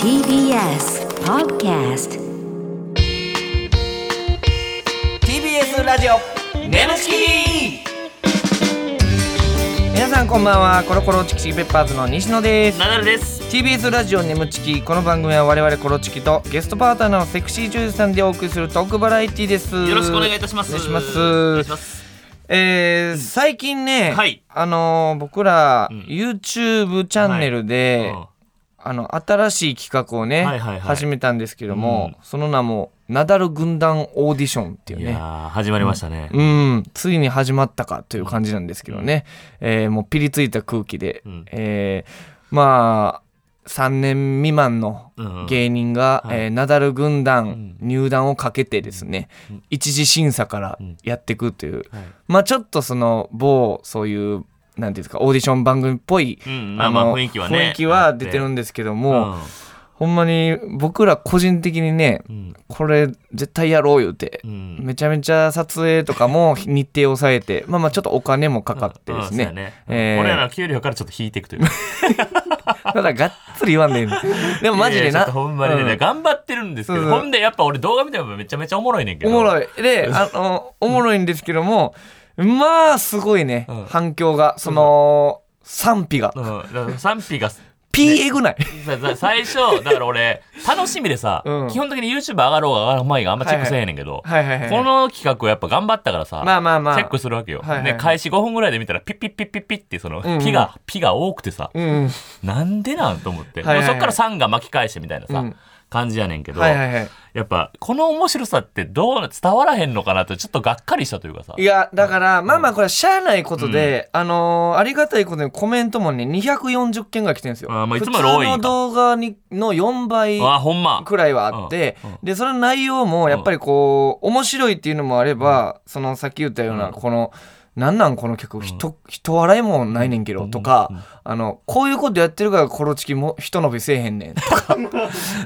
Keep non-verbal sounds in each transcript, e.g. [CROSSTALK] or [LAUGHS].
TBS Podcast TBS ラジオネムチキ皆さんこんばんはコロコロチキチキペッパーズの西野ですナダルです TBS ラジオネムチキこの番組は我々コロチキとゲストパートナーのセクシー女優さんでお送りするトークバラエティですよろしくお願いいたしますお願いしまお願いしますすえー、最近ね、はいあのー僕ら、ん YouTube チャンネルで、あの新しい企画をね、はいはいはい始めたんですけども、その名もナダル軍団オーディションっていういねやー始まりましたねうん、ついに始まったかという感じなんですけどね、えーもうピリついた空気で、うんえーまあ3年未満のうん芸人が、はいえーナダル軍団入団をかけてですね、一次審査からやっていくという、はいまあちょっとその某そういうなんていうんですかオーディション番組っぽい、うんまあまあの雰囲気はね雰囲気は出てるんですけども、うんほんまに僕ら個人的にね、んこれ絶対やろう言うて、うんめちゃめちゃ撮影とかも日程を抑え [LAUGHS] てまあまあちょっとお金もかかってうんでそすうねやねえー俺らの給料からちょっと引いていくというかただがっつり言わんでいい [LAUGHS] で [LAUGHS] もマジでいやないやちょっとほんまにねうん頑張ってるんですけそどうそうほんでやっぱ俺動画見てもめちゃめちゃおもろいねんけおどもいろいであのおもろいんですけどもまあすごいねうん反響がその賛否が賛否がピーエグないささ最初だから俺楽しみでさうん基本的に YouTube 上がろうが上がる前があんまチェックせえへんねんけど [LAUGHS] はいはいはいこの企画をやっぱ頑張ったからさまあまあまあチェックするわけよ、はいはいで開始5分ぐらいで見たらピッピッピッピッピッってそのんうんピが、ピが多くてさうんうんなんでなんと思って、はいはいはいでもそっから3が巻き返してみたいなさ、うん感じやねんけど、はいはいはいやっぱこの面白さってどう伝わらへんのかなってちょっとがっかりしたというかさいやだからまあまあこれはしゃあないことで、あのーありがたいことにコメントもね240件ぐらい来てるんですよ、あーまあいつも普よ通り多いんかの動画にの4倍あほんまくらいはあって、うんうんでその内容もやっぱりこう、面白いっていうのもあれば、そのさっき言ったようなうんこの「なんなんこの曲人人笑いもないねんけど」とか、あの「こういうことやってるからコロチキも人伸びせえへんねん」とかい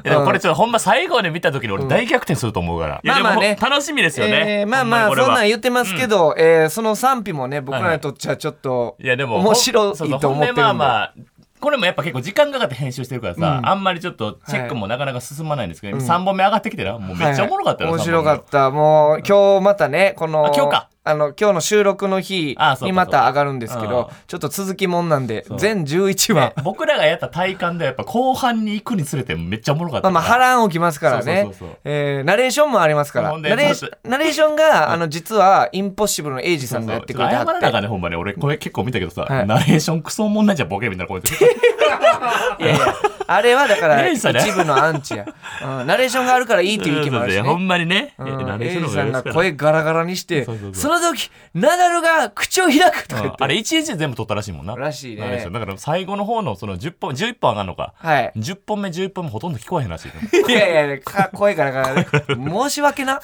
やでもこれちょっとほんま最後で見た時に俺大逆転すると思うから、いやでもまあまあね楽しみですよね、えーまあまあそんほんまにこれはなん言ってますけど、えーその賛否もね僕らにとっちゃちょっといやでも面白いとそ思うってそるんうで。ほんでまあまあこれもやっぱ結構時間かかって編集してるからさ、うんあんまりちょっとチェックもなかなか進まないんですけど、三3本目上がってきてなもうめっちゃおもろかったよ、はい面三白本目かったもう今日またねこのあ今日かあの今日の収録の日あそうかにまた上がるんですけそうどかちょっと続きもんなんでう全11話ね僕らがやった体感でやっぱ後半に行くにつれてめっちゃおもろかっまたあまあ波乱起きますからねそうそうそうそうえーナレーションもありますからほんでナレーシまナレーションがあの実はインポッシブルのエイジさんがやってくれては謝らなあっかんねほんまに俺これ結構見たけどさ、はいナレーションクソおもんないじゃんボケみたいなコメント [LAUGHS] ていやいやあれはだからエイジさんね一部のアンチやうんナレーションがあるからいいっていう意見もあるしほねんまにね、ういやナんレーエショインのジ方さがんよろがしく声ガラガラにしてそうそうそその時ナダルが口を開くとか言うっんてあれ一日全部撮ったらしいもんならしいねナレーションだから最後の方のその10本11本上がんのか、はい10本目11本目ほとんど聞こえへんらしい [LAUGHS] よいやいや、か声からからね、申し訳な。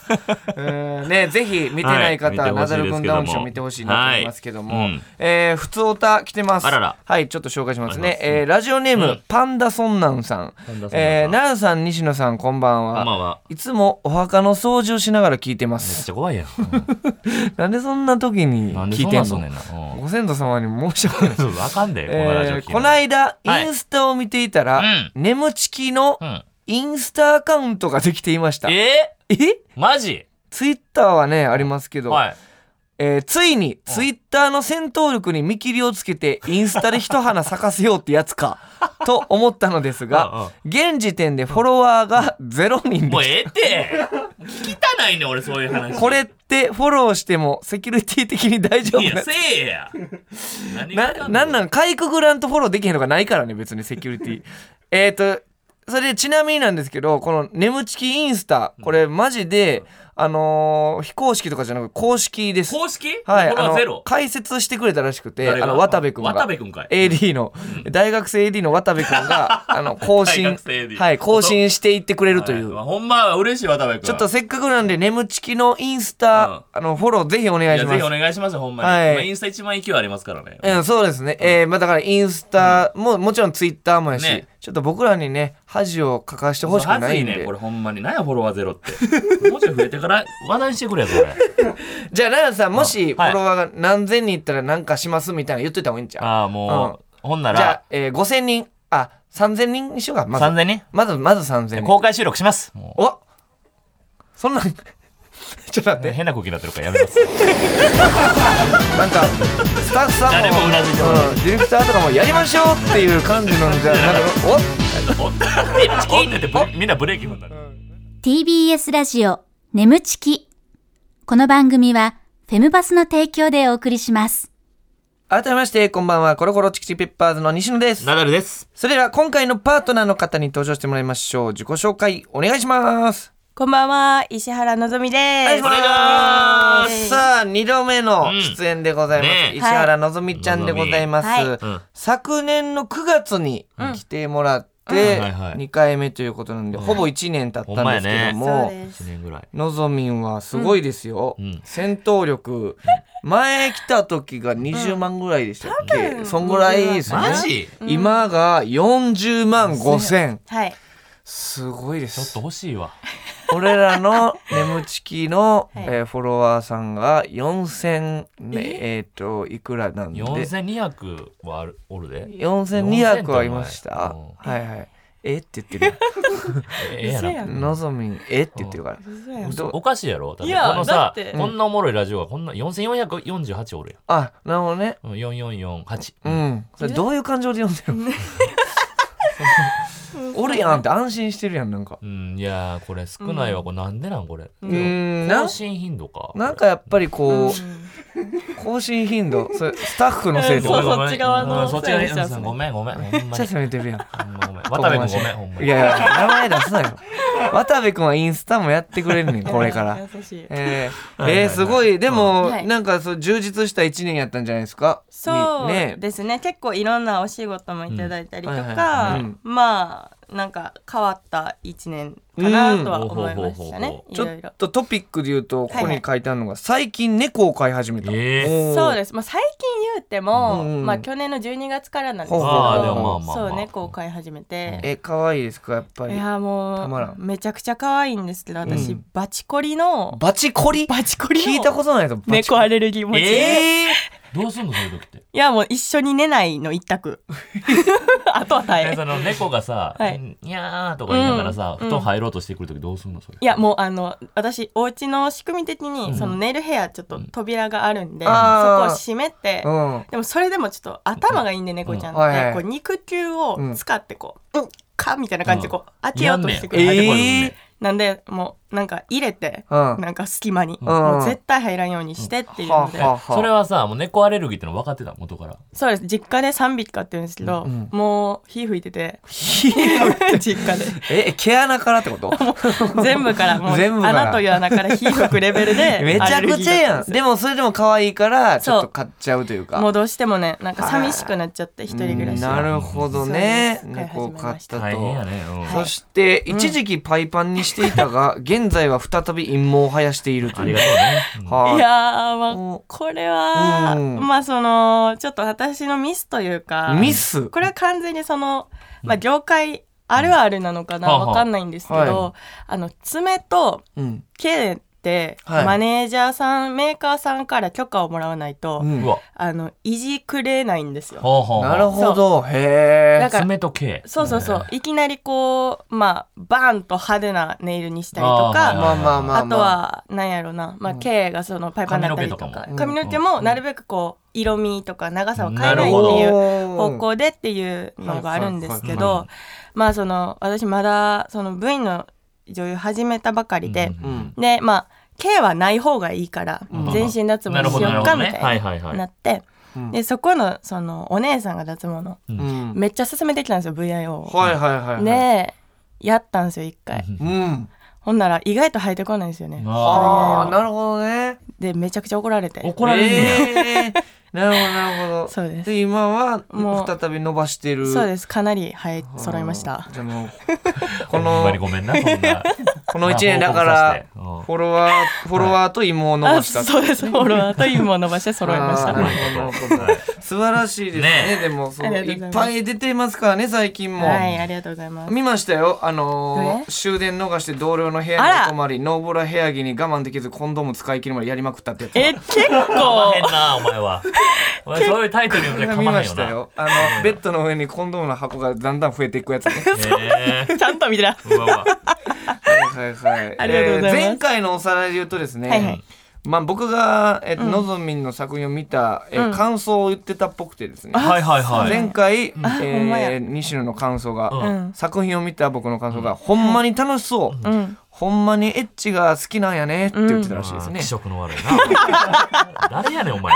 うんね、ぜひ見てない方は、はいナダル見てほしいですけど軍団もオーディション見てほしいなと思いますけども、はいうんえー普通オタ来てます。あららはい、ちょっと紹介しますあねり。ますえーラジオネーム、うんパンダソンナンさん。パンダソンナンさんえー、ナンさん、西野さん、こんばんは。こんばんはいつもお墓の掃除をしながら聞いてまめっす。ちゃ怖 [LAUGHS] いやん、なんでそんな時になんで聞そいんてなんんすんねのんな、うんご先祖様に申し訳 [LAUGHS] ない。そうわかんで、このラジオ聞えいーてこの間、はいインスタを見ていたら、う眠ちきのうんインスタアカウントができていました。ええー、マジツイッターはねありますけど、はいえーついにツイッターの戦闘力に見切りをつけてインスタで一花咲かせようってやつ [LAUGHS] かと思ったのですが現時点でフォロワーが0人もうですええって聞きたないねん俺そういう話これってフォローしてもセキュリティ的に大丈夫いなやせえや何がななんなんかいくぐらんとフォローできへんのがないからね別にセキュリ [LAUGHS] ティえっとそれでちなみになんですけどこの「眠ちきインスタ」これマジで、あのー非公式とかじゃなく公式です公式はい、これあはゼのロ解説してくれたらしくて誰があの渡部君が渡部君かい AD の、大学生 AD の渡部君 [LAUGHS] があの更大新学生 AD はい更新していってくれるという、はほんま嬉しい渡部君ちょっとせっかくなんで眠ちきのインスタ、あのフォローぜひお願いいしやまぜひすお願いしますよほんまに、はいまあインスタ一番勢いありますからねうん、そうですね、えーまあ、だからインスタも、もちろんツイッターもやし、ねちょっと僕らにね恥をかかしてほしくまなずいいんでねこれほんまに何やフォロワーゼロってもうちょい増えてから話題にしてくれやそれじゃあ奈良さんもしフはいォロワーが何千人いったら何かしますみたいなの言っといた方がいいんちゃうああもう、ほんなじゃあら、えー、5000人あ3000人にしようかまず3000人まずまず3000人公開収録します。もおそんなん [LAUGHS] ちょっと待っうて変な空気になってるからやめます。なんかスタッフさんも誰もうなずいてないうんディレクターとかもやりましょうっていう感じのじゃあなんかおお [LAUGHS] チキンって言ってみんなブレーキ踏んだね。 TBS ラジオ眠ちきこの番組はフェムバスの提供でお送りします改めましてこんばんはコロコロチキチキペッパーズの西野ですナダルです。それでは今回のパートナーの方に登場してもらいましょう自己紹介お願いしますこんばんは、石原のぞみです。お願いしますさあ2度目の出演でございます、うんねえ石原のぞみちゃんでございます、はいうん昨年の9月に来てもらってうんはいはい2回目ということなんで、ほぼ1年経ったんですけどほんまも、やね1年ぐらい。のぞみんはすごいですよ、うんうん戦闘力前来た時が20万ぐらいでしたっけ、うんそんぐらいですねマジ今が40万5千はい。すごいでちょっすと欲しいわ。俺らの眠ちきの、はいえーフォロワーさんが4000ねえっ、といくらなんで4200はあるおるで。 4200はいましたうんはいはいえって言ってるええや嘘やな。んのぞみんえって言ってるから嘘やんどおかしいやろだっていやこのださって、こんなおもろいラジオがこんな4448おるあなるほどねやん。うん4448。うんそれどういう感情で読んで [LAUGHS] るの俺やんって安心してるやんなんかうん、いやーこれ少ないわ。これなんでなんこれ。うーんな更新頻度か。なんかやっぱりこう更新頻度それスタッフのせいでそうめっそっち側のうんそっち側せいにしちゃうんすねごめんごめん。ほんまちゃに。責めてるやんほんまごめん。渡部君ごめん。ほんまにいやいや、名前出すなよ。渡部君はインスタもやってくれんねん、これから。優しい。えー、はいはいはいえーすごい。でも、はいなんかそう、充実した一年やったんじゃないですか。そうにね。ですね結構いろんなお仕事もいただいたりとうんはいはいはか、いうんまあなんか変わった一年かなとは思いましたうんほうほうほうねほ、いちょろいろっ。とトピックで言うと、ここはいはにい書いてあるのが、最近猫を飼い始めた。。えーそうですす、まあ、最近言うても、うんまあ、去年の12月からなんですけどあーでもまあまあまあそう猫を飼い始めて、えー、可愛いですか、やっぱりい。やもたうまらんめちゃくちゃ可愛いんですけど私、うんバチコリのバチコリバチコリの聞いたことないぞ、バチ猫コアリ。レルギー持ちで、えどうすんのそういう時って。いやもう一緒に寝ないの [LAUGHS] 一択あとは大え変その猫がさ、はいにゃーとか言いながらさ、布団入ろうとしてくるときどうすんのそれ。いやもうあの私お家の仕組み的に、んその寝る部屋ちょっと扉があるんで、うんそこあーを閉めて、ーでもそれでもちょっと頭がいいんで猫ちゃんって、うんはいはいこう肉球を使ってこう「うんか」みたいな感じでこう、開けよやうんとねしん。てく入る、ってこよえーね。なんでもうなんか入れて、うんなんか隙間に、ん。もう絶対入らんようにしてっていううんはので、あはあはあ。それはさ、もう猫アレルギーっての分かってた元から。そうです実家で3匹飼ってるんですけど、んもう火吹いてて [LAUGHS] 実家でえ、毛穴からって [LAUGHS] こと [LAUGHS] 全部からもう全部から穴という穴から火吹くレベルで [LAUGHS] めちゃくちゃやん。でも、それでも可愛いから、ちょっと買っちゃうというか。もうどうしてもねなんか寂しくなっちゃって一人暮らしなるほどねそうです猫を飼った大変やと。ね。うんそして一時期パイパンにしていたが、現在は再び陰謀を生やしているとあいりうがとうね。うんはいやーまおあこれはうんまあそのちょっと私のミスというかミスこれは完全にそのまあ業界あるあるなのかなうんはあはあわかんないんですけはどあの爪とうん毛ってはいマネージャーさんメーカーさんから許可をもらわないとうんうわ。あのいじくれないんですよ。ほうほうほう。なるほどへだえから爪と毛。そうそうそういきなりこうまあバーンと派手なネイルにしたりとあーはいはいかまあまあまああとまあはなんやろな、まあ、毛がそのパイパンだったりとか髪の毛とかも髪の毛もなるべくこう色味とか長さを変えはないっなるていう方方向でっていうのがあるんですけはいはいはいどまあその私まだその V の女優始めたばかりで、うんうんでまあ毛はない方がいいからうん全身脱毛なるほしどなるようほどかみね。たはいいはいは。にないってうんでそこのそのお姉さんが脱毛のうんめっちゃ勧めてきたんですよ VIO を。はいはいはいはいでやったんですよ一回うんほんなら意外と生えてこないんですよねああうんなるほどねでめちゃくちゃ怒られて怒られるんや。えーなるほどなるほどそうですで今はもう再び伸ばしてるそうですかなり生え揃いました [LAUGHS] じゃあもうこほんのまにごめんな、そんな。この1年だかまあら報告させてうんフォロワーフォロワーと芋をあ残したそうですフォロワーというものばして揃いましあたーなるほどなるほど素晴らしいですねねでもそうありがとういございっますぱい出てますからね最近も、はいありがとうございます見ましたよあのーえ終電逃して同僚の部屋あにら泊まりノーブラ部屋着に我慢できずコンドーム使い切るまでやりまくったってやつえ結ま構へんなお前はお前そういうタイトル読んでか見ままへんよしたなよあのベッドの上にコンドームの箱がだんだん増えていくや [LAUGHS] つねへえちゃんと見てなうわうはわいはいはいありがとうございます前回のおさらいで言うとですね、はいはいまあ、僕が、えっとのぞみんの作品を見た、え感想を言ってたっぽくてですね、はいはいはい前回、えほんまー、や西野の感想が、うん作品を見た僕の感想が、ほんまに楽しそう、うんほんまにエッチが好きなんやねって言ってたらしいですね気、色の悪い [LAUGHS] な誰やねんお前、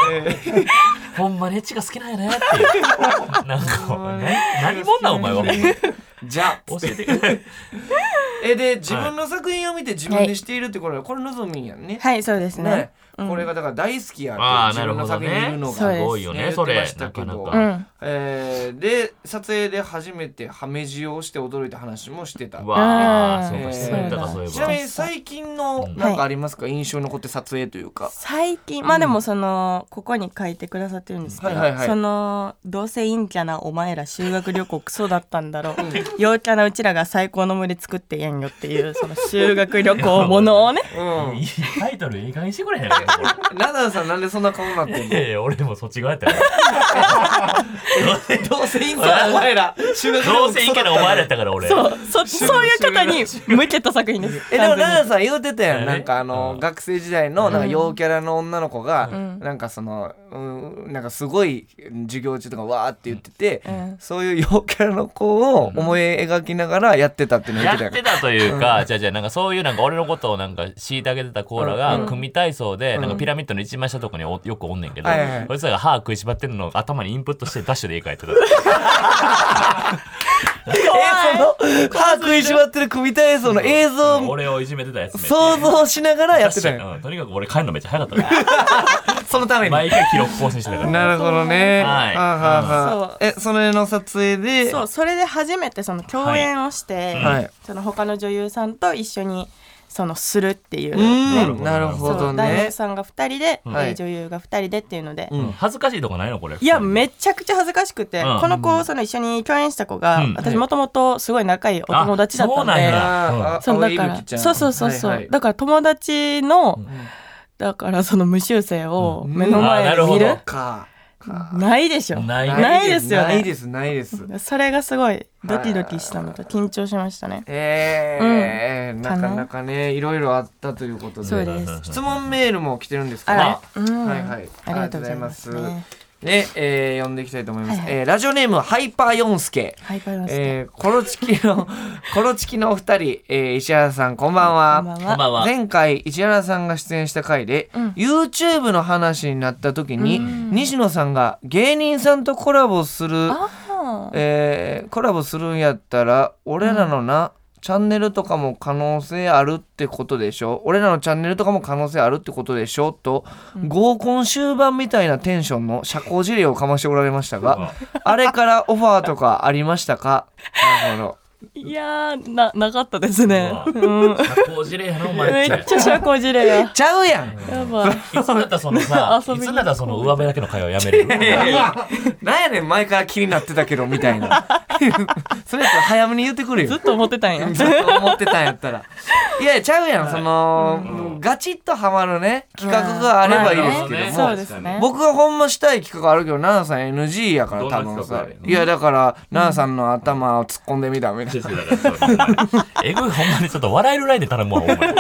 ほんまにエッチが好きなんやねっていうなんか、ね、何者なんお前はじゃあ教えてく [LAUGHS] れえで自分の作品を見て自分でしているってこれはこれのぞみんやんね、はいそうですねね、これがだから大好きやあってー自なる分のほど作ね品見るのが、そうですすごいよねね言そってれましたなけかどなうか、んえーで撮影で初めてハメ塩をして驚いた話もしてたうわあうそんうえかー失礼だなそういえちなみにば最近のうんなんかありますか、印象に残って撮影というか最近まあでもその、ここに書いてくださってるんですけど、はいはいはいそのどうせ陰キャなお前ら修学旅行クソだったんだろう、陽キャなうちらが最高の群れ作ってやんよっていうその修学旅行ものをねうんいいタイトルええ加減にしてくれへんこれナダルさんなんでそんな顔になってんいのやいや俺もそっち側やったからどうせいいんだお前ら修学旅行どうせいいけどお前らやったから俺そうそそういう方に向けた作品ですえでも完全にナダルさん言うてたやんなんかあうのん学生時代のなんか陽キャラの女の子がんなんかそのうんなんかすごい授業中とかわーって言っててんそういう陽キャラの子を思い描きながらやってたっていうの言 [LAUGHS] やっってたやんてたというか、じゃあじゃあなんかそういうなんか俺のことをなんか虐げてたコーラが組体操で、なんかピラミッドの一番下とかにおよくおんねんけど、はいはいこいつらが歯食いしばってるのを頭にインプットしてダッシュで絵描いてた。えその歯食いしばってる組体操の映像を俺をいじめてたやつめっちゃ想像しながらやってたんダッシやュうんとにかく俺帰るのめっちゃ早かったかそのためらに毎回記録更新してたから。なるほどねはいあはあはあそうえそれの撮影でそうそれで初めてその共演をして、はいその他の女優さんと一緒にそのするっていう、うんなるほそどう男ね優さんが2人で、はいえー女優が2人でっていうので、うん恥ずかしいとこないのこれ。いやめちゃくちゃ恥ずかしくて、うんこの子その一緒に共演した子が、うん私もともとすごい仲いいお友達だったんあそでうなんやあーそう青だいかぶきちゃらんそうそうそうそう、はいはいだから友達の、うんだからその無修正を目のうんあなる前でほ見どる,、かないでしょないないですよねないですないですそれがすごいドキドキしたのと緊張しましたねえー、んなかなかねいろいろあったということそうでです質問メールも来てるんですけあどらね、うんはいはいありがとうございます、ありがとうございね、ねえー読んでいきたいと思います、はいはいえーラジオネームハイパーヨンスケハイパーヨンスケえー、コロチキの [LAUGHS] コロチキのお二人、えー、石原さんこんばんはこんばんこんばんは。前回石原さんが出演した回で、うん YouTube の話になった時に、西野さんが芸人さんとコラボする、あーえーコラボするんやったら俺らのな、チャンネルとかも可能性あるってことでしょ俺らのチャンネルとかも可能性あるってことでしょと、合コン終盤みたいなテンションの社交辞令をかましておられましたがあれからオファーとかありましたかなるほどいやーななかったですねううん社交辞令やなおめ前っちゃ社交辞令や。ちゃうやんや [LAUGHS] ばい。いつになったらそのさ遊いびつにになったらその上辺だけの会話やめれるなんやねん前から気になってたけどみたい [LAUGHS] なそれやったら早めに言ってくれよずっと思ってた [LAUGHS] んや。ずっと思ってたんやったら。いや、ちゃうやん、その、ガチッとハマるね、企画があればいいですけども。そうですね。僕がほんましたい企画あるけど、ナナさん NG やから、どん多な分企画あさる。のいや、だから、ナナさんの頭を突っ込んでみたみたいな。えぐいほんまにちょっと笑えるラインで頼むわお前笑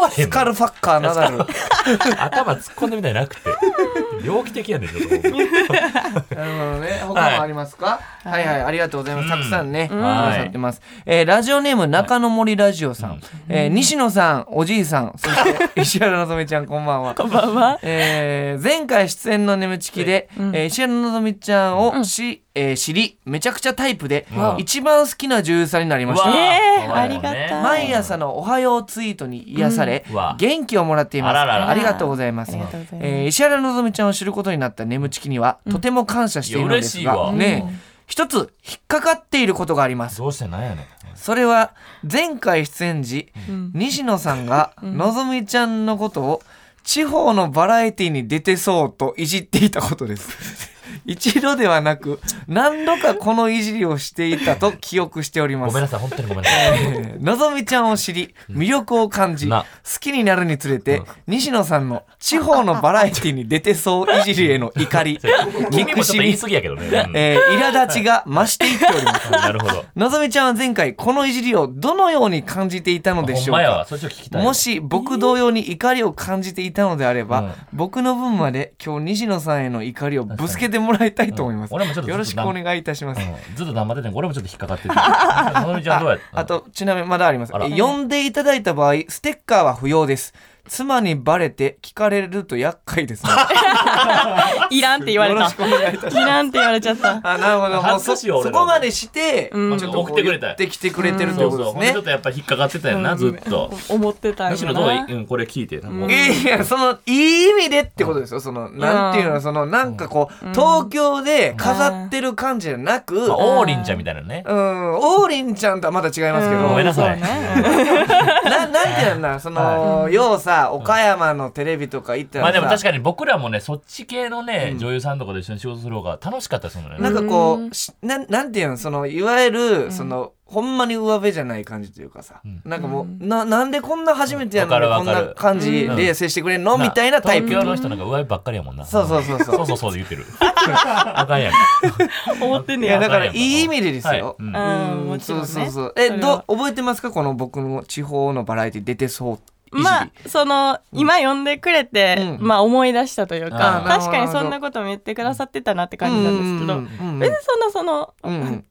わへスんカのルファッカーナダル。頭突っ込んでみたいなくて猟奇的やねんちょっとほんまなるほどね。他もありますか、はい、はいはいありがとうございます。たくさんね、くださってます。えーラジオネーム、中野森ラジオさん。えー西野さん、おじいさん、そ [LAUGHS] して、石原のぞみちゃん、こんばんは。こんばんは。えー前回出演の眠ちきで、えー石原のぞみちゃんをし、えー知り、めちゃくちゃタイプで、うん一番好きな女優さんになりました。えー可愛いありがたいもんね毎朝のおはようツイートに癒され、うんうわ元気をもらっています。あらららりがとうございます。ありがとうございますえー石原のぞみちゃんを知ることになった眠ちきには、とても感謝しているのですいや嬉が、しいわねえ、一つ引っかかっていることがあります。どうしてなんやねんそれは前回出演時、西野さんがのぞみちゃんのことを地方のバラエティに出てそうといじっていたことです。 [LAUGHS] 一度ではなく何度かこのいじりをしていたと記憶しておりまごすめんなさい、本当にごめんなさい。 [LAUGHS] えーのぞみちゃんを知り魅力を感じ好なきになるにつれてうん西野さんの地方のバラエティに出てそういじりへ [LAUGHS] の怒り憎君もちょっとし言いみ過ぎやけどね。うんえー苛立ちが増していっており [LAUGHS] ますなるほど。のぞみちゃんは前回このいじりをどのように感じていたのでほしんょうまやわ、かそれちょっと聞きたい。も、し僕同様に怒りを感じていたのであれば、うん僕の分まで今日西野さんへの怒りをぶつけてもらいたいと思います、うん俺もちょっとずっとよろしくお願いいたします、うんずっと黙ってて、俺もちょっと引っかかってて。のぞみちゃんどうやっあと、ちなみにまだあります。あらえ呼んでいただいた場合、ステッカーは不要です。妻にバレて聞かれると厄介です [LAUGHS] ね。いらんって言われよろたしくお願いいたします。いらんって言われちゃったあ、なるほど。もう恥ずそかしいよそ俺らこもまでして、うんちょっと送ってくれたこう言ってきてくれてるといそううこそとう、ほんでですちょね。っとやっぱ引っかかってたよな、ずっと。思ってたん西や野どうなうん、これ聞いて。もういやいや、その、いい意味でってことですよ。その、なんていうの、その、なんかこう、東京で飾ってる感じじゃなく、まあ、王林ちゃんみたいなね。うん、王林ちゃんとはまた違いますけど、うごめんなさい。そうねななんていうのかな、その、要はさ、岡山のテレビとか行ったらまあさ、でも確かに僕らもね、そっち系のねう、ん女優さんとかで一緒に仕事する方が楽しかったですもんね。なんかうこんうしなんなんていうのそのいわゆるその、ほんまに上辺じゃない感じというかさ、うんなんかもう、うんななんでこんな初めてやのわにかこるんわかるな感じで接してくれんの、みたいなタイプ東京の人なんか上ばっかりやもんな。そうそうそうそうそうそうそうで言ってる。あかんやんか。思ってんいねややだからいい意味でですよ、はいうんうんもちろんねそうそうそうえそれどは覚えてますかこの僕の地方のバラエティ出てそういじりまあその今呼んでくれて、うんまあ思い出したというか、あー確かにそんなことも言ってくださってたなって感じなんですけど、うんうんうん別にそんなその,、うんうん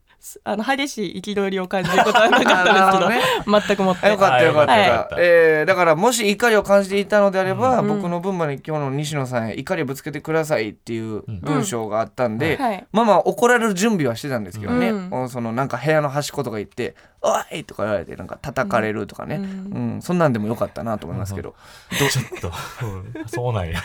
あの激しい憤りを感じることはなかっあなるほたどんねですけど全くもっあてよかったよかった、はいよかったえーだからもし怒りを感じていたのであれば、うん僕の分まで今日の西野さんへ怒りをぶつけてくださいっていう文章があったんで、うんはいまあまあ怒られる準備はしてたんですけどね、うんうんそのなんか部屋の端っことか行って「おい!」とか言われてなんか叩かれるとかね、ううんんそんなんでもよかったなと思いますけど、ちょっと、うんそうなんや。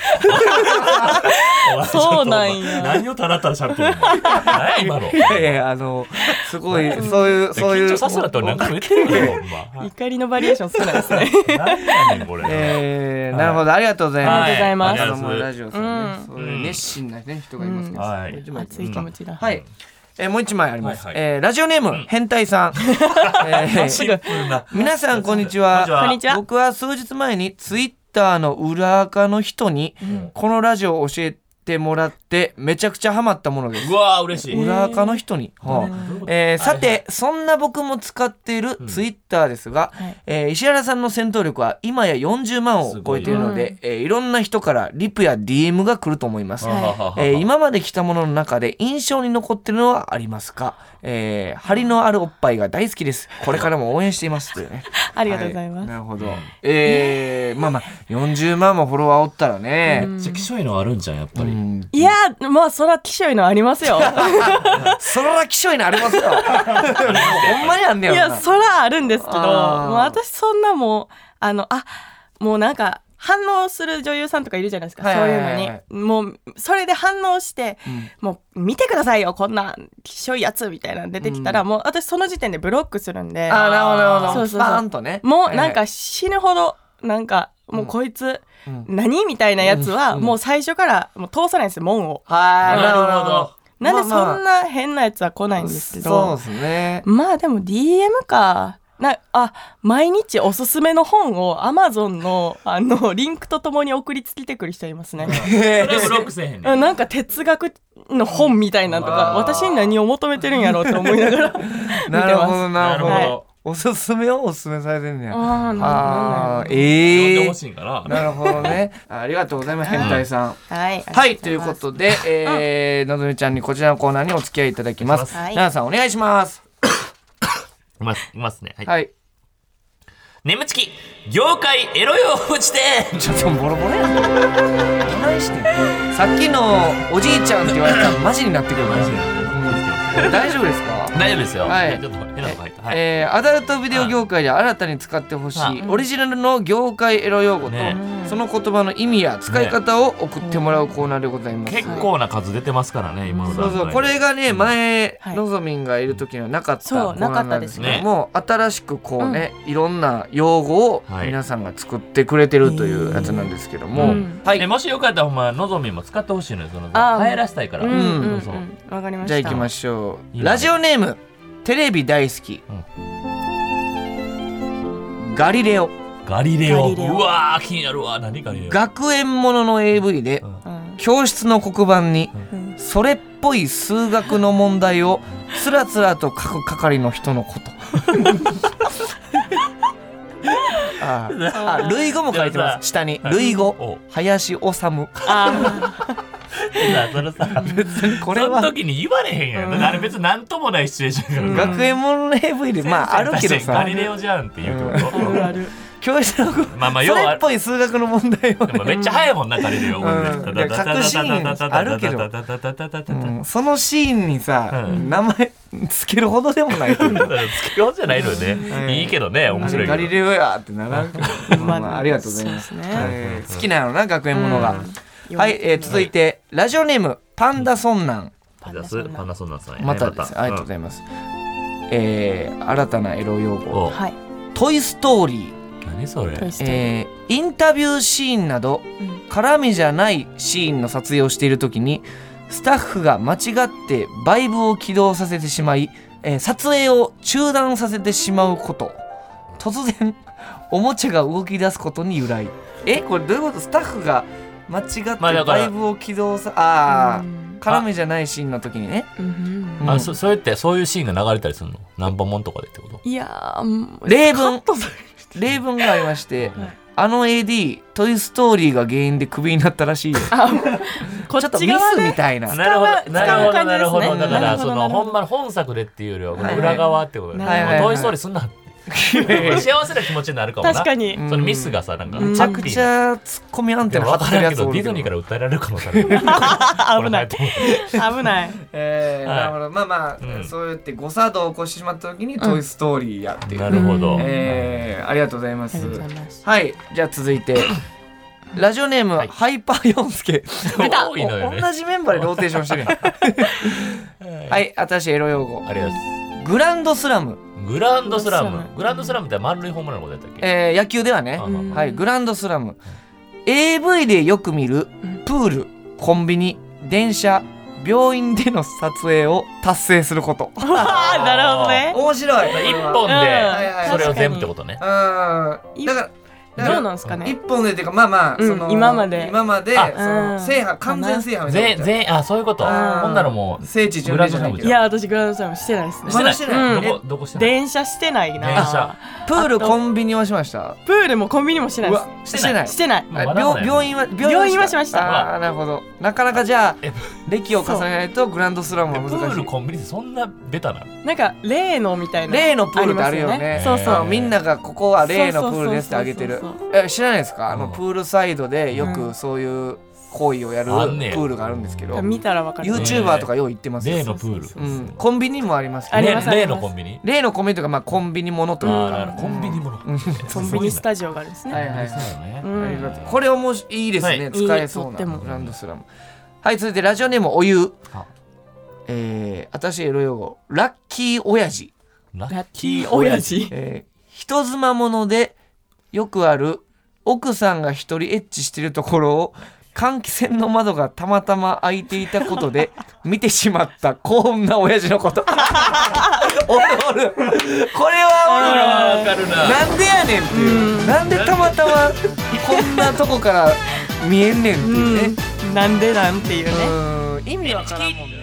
そうなんや何をたらたらしゃべってるの何や今の。いやいやいやあのすごい、そういうそういう緊張させたと何回も言ってるよ、ほんま。怒りのバリエーション少ない [LAUGHS] ですね何やねん、これ。えーなるほどありがとうございます。ありがとうございます子は供のラジオさんね、うんそういう熱心な、ね、人がいますけど、うんは一い枚いきます熱い気持ちだ、はい。えーもう一枚あります。はいはえーラジオネーム、変態さ [LAUGHS] ん。えーシンプルな。皆さんこんにちは。こんにちは僕は数日前にツイッターの裏垢の人に、このラジオを教えてもらって、めちゃくちゃハマったものですう。わー、嬉しい。裏垢の人に。はあえーさて、そんな僕も使っているツイッターですが、はいえー石原さんの戦闘力は今や40万を超えているので、いえーいろんな人からリプや DM が来ると思います。はいえー今まで来たものの中で印象に残ってるのはありますか、えー、張りのあるおっぱいが大好きです。これからも応援しています。というね。ありがとうございます、はなるほど。えー、まあまあ、40万もフォロワーおったらね。めっちゃ気性いのあるんじゃん、やっぱうり。ん、いやーまあそら気象いのありますよそらきしょいのありますよ。ほんまにあんねいやろな。やそらあるんですけどもうあー私そんなもうあのあもうなんか反応する女優さんとかいるじゃないですか、はいはいはいはいそういうのにもうそれで反応して、んもう見てくださいよこんなきしょいやつみたいなの出てきたら、もう私その時点でブロックするんであー、なるほど、なるほど。そうそうそうバーンとね。もうなんはか死ぬほどなんかもうこいつ、ん何みたいなやつはもう最初からもう通さないんですよ門を。いはい、はい、なるほど。なんでまあまあそんな変なやつは来ないんですけど、そうですね。まあでも DM か。なあ毎日おすすめの本を Amazon のあのリンクとともに送りつけてくる人いますね。それブロックせえへんねんうんなんか哲学の本みたいなのとかうわー私に何を求めてるんやろうって思いなが [LAUGHS] ら [LAUGHS] 見てなるほます。ど、なるほど。なるほどおすすめをおすすめされてんねや。あーなあなんだろうーええー。呼んでほしいんかな。なるほどね。 [LAUGHS] ありがとうございます、変態さん。はい、はい、ということで、えー、のぞみちゃんにこちらのコーナーにお付き合いいただきます。は奈い々さん、お願いします。います、いますね。はい。はい。眠ちき、業界エロ用語辞典ちょっとボロボロやん。何してんのさっきのおじいちゃんって言われたらマジになってくるから。大丈夫ですか大丈夫ですよ。はいちょっと変なのが入った。はい。えーアダルトビデオ業界で新たに使ってほしはいオリジナルの業界エロ用語とねその言葉の意味や使い方を送ってもらうコーナーでございます。結構な数出てますからね、今のそう段そう階これがね前はいのぞみんがいる時にはなかったそうコーナーなんですけども新しくこううんねいろんな用語をはい皆さんが作ってくれてるというやつなんですけどもうんはえいもしよかったらほんまのぞみも使ってほしいのよそのあー帰らせたいから、うんんうんうそうそうんわかりましたじゃあ行きましょいういなラジオネームテレビ大好きガリレオガリレガオリレオうわー気になるわ何ガリレオ学園ものの AV でうんうん教室の黒板にうんそれっぽい数学の問題をつらつらと書く係の人のこと [LAUGHS] あああ類語も書いてます下に類語お林修あさそれさ別に [LAUGHS] これそのは時に言われへんやん、うんあれ別に何ともないシチュエーションやから、うん学園ものの AV でまああるけど確かにガさリレオじゃんって言うってこと、ーあるある教室の黒板まあまあそ要れはっぽい数学の問題をでもめっちゃ早いもんなガリレうオ、んいや確信あるけどうんそのシーンにさうん名前つけるほどでもないというかつけようじゃないのよね、うんいいけどね面白いけどガリレオやってならんけどまあまあありがとうございますそうですねえー好きなのな学園ものが、うんはい、えー続いて、ラジオネームパンダソンナン、パンダスパンダソンナさんやねまたです、ありがとうございます、えー新たなエロ用うん語おはい「トイ・ストーリー何それトイス」トーリーえーインタビューシーンなどうん絡みじゃないシーンの撮影をしている時にスタッフが間違ってバイブを起動させてしまい、えー撮影を中断させてしまうこと突然おもちゃが動き出すことに由来えこれどういうことスタッフが間違ってまあだからバイブを起動さああうん絡みじゃないシーンの時にねうんうあんそそれってそういうシーンが流れたりするのナンパモンとかでってこといやーうん例文カットされ例文がありまして、はいあの AD「トイ・ストーリー」が原因でクビになったらしいよこっちょっとちミ側スねみたいななるほど、なるほど、なるほ使ど、うだか感じですねなら、るほそどの、なるほどほんまの本作でっていうよりは、こはのい裏側ってことね。はいはいもうトイストーリーすんな。幸せな気持ちになるかもな。確かにうんそのミスがさ、なんか、めめちゃくちゃツッコミアンでテナも張分かってるらやんけつおど、るデけィズどニーから訴えられるかもしれない。危ないこれ危ないえーはいなるほどまあまあ、うんそうやって誤作動を起こしてしまった時に「トイ・ストーリー」やっていう、なるほど。えーありがとうございますありがとうございますはいじゃあ続いてラジオネーム、はいハイパーヨンスケ [LAUGHS] 多いのよね。同じメンバーでローテーションしてるやん [LAUGHS] は。はいい私エロ用語ありがとうございます。グランドスラム、グランドスラグランドスラム。ムグランドスラムって丸いホームランのことやったっけえー野球ではねあうんはいグランドスラム AV でよく見るうんプールコンビニ電車病院での撮影を達成することあーなるほどね面白い一う本んで、うんそれを全部ってことね。だからだかどうらなんですか一ね本でっていうかまあまあ、うんその今まで今まであそのうん制覇完全制覇みたい全、な全、あ、そういうこと。うんほんならもう、聖地巡礼じゃないけグどいや私グランドスラムしてないですねしてまなだしてないい。どこ、どこしてない電車してないな電車プールコンビニはしましたプールもコンビニもしてないうでわすしてないしてないまああまだまだ病病や院は病院はしましたああーなるほどなかなかじゃあえ歴を重ねないとグランドスラムえはプ難ーしルいコンビニってそんなベタななんか例のみたいな例のプールってあるよねりますそうあそのうみんながここは例のプールですってあげてるそうそうそうえ知らないですかあのうんプールサイドでようくそういう行為をやるプあんねやールがあるんですけど見たらわかる YouTuber とかよう行ってますよ例のプールうんコンビニもありますけあどり例ます例のコンビニ例のコンビニとかまあコンビニものとあいうーなるかほどコンビニものコンビニスタジオがあるんですねはいはいそうだねうんありがとうこれおもしいいですね、はい使えそういいなとってもグランドスラムはい続いてラジオネームお湯あえー、私エロ用語ラッキー親父ララッッキキーー親親父父えー人妻ものでよくある奥さんが一人エッチしてるところを換気扇の窓がたまたま開いていたこと [LAUGHS] で見てしまったこんな親父のこと [LAUGHS] おるおるこれはおるわかるななんでやねんっていうなんでたまたまこんなとこから見えんねんっていうねうんなんでなんていうねうん意味わからんもんね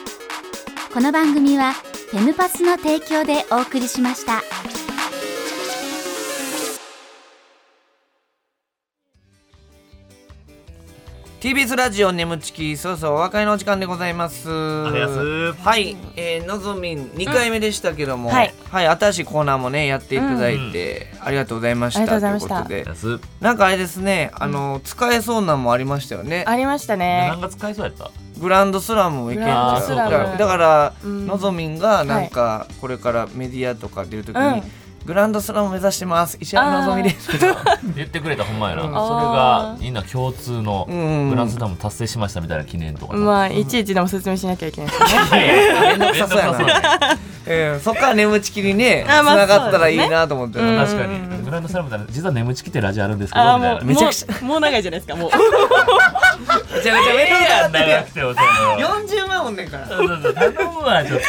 この番組はフェムパスの提供でお送りしました。 TBS ラジオ眠ちきそろそろお別れのお時間でございますりがとうございますはい、えー、のぞみん2回目でしたけども、うんははいい、新しいコーナーもねやっていただいて、ありがとうございましたありがとうございましたということで安っなんかあれですねあの、使えそうなんもありましたよねありましたね何が使えそうやったグランドスラムもいけんじゃんグランドスラムだから、うんのぞみんがなんかこれからメディアとか出るときに、うんグランドスラム目指してます石原のぞみです [LAUGHS] 言ってくれたほんまやな、うんそれがみんな共通のうんグランスダム達成しましたみたいな記念とかまあいちいちでも説明しなきゃいけないですねいやいやめんどくさそうやなめんどくさそうや [LAUGHS] えーそっから眠ちきりね繋あまあがったらいいなと思って、そうなで確かうにんグランドスラムだら実は眠ちきってラジオあるんですけどあみたいーなもめうちゃくちもうもう長いじゃないですかもうめちゃめちゃめちゃやめちゃ長くてもそうやな40万おんねんからじそうそうそう頼むわちょっ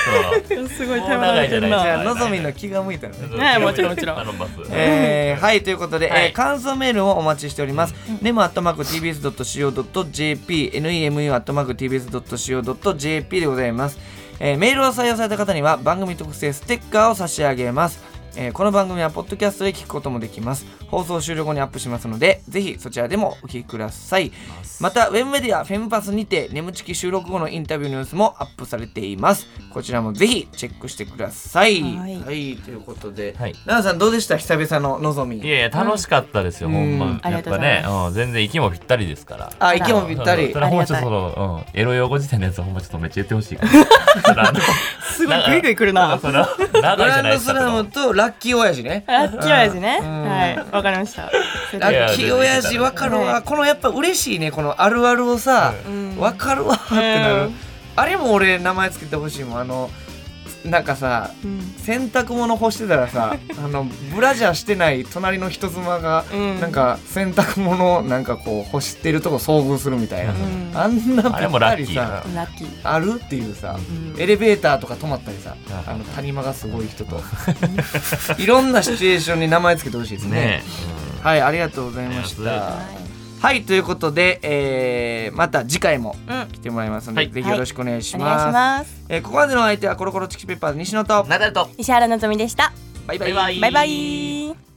とすごい手間がかけるもう長いじなゃあのぞみの気が向いたらねねもちろんもちろん頼ますえーはいということで、はえーい感想メールをお待ちしております。ネムアットマーク tbs.co.jp、nemu アットマーク tbs.co.jp でございます、えーメールを採用された方には番組特製ステッカーを差し上げます。えーこの番組はポッドキャストで聞くこともできます。放送終了後にアップしますので、ぜひそちらでもお聞きください。また、ウェブメディアフェムパスにて、ネムチキ収録後のインタビューの様子もアップされています。こちらもぜひチェックしてください。はいはい、ということで、はい奈々さんどうでした久々ののぞみいやいや楽しかったですよ、うんほんうんまありやっがとうごぱざねいま、うん、全然息もぴったりですからあ息もぴったりそれほんまちょっとその、うん、エロ用語辞典のやつほんまちょっとめっちゃ言ってほしいからすごいグイグイ来るなその長いじグラゃンなドいですスかラムとラッキー親父ねあっちはですねうんはいわかりましたラいやッキー親父分かるわはこのやっぱ嬉しいねこのあるあるをさうん分かるわってなうるんあれも俺名前つけてほしいもんあのなんかさうん洗濯物干してたら [LAUGHS] さあのブラジャーしてない隣の人妻がうんなんか洗濯物をなんかこう干してるとこ遭遇するみたいなうんあんなぴあれもったラッりキーやなさラッキーあるっていうさうんエレベーターとか止まったりさああの谷間がすごい人といろんなシチュエーションに名前つけてほしいですねねはいありがとうございましありがたはいということで、えーまた次回もうん来てもらいますので、はいぜひよろしくお願いしお願いましす,、ますえーここまでのお相手はコロコロチキチキペッパーズ西野とナダルと石原のぞみでしたバイバイバイバイバイバイ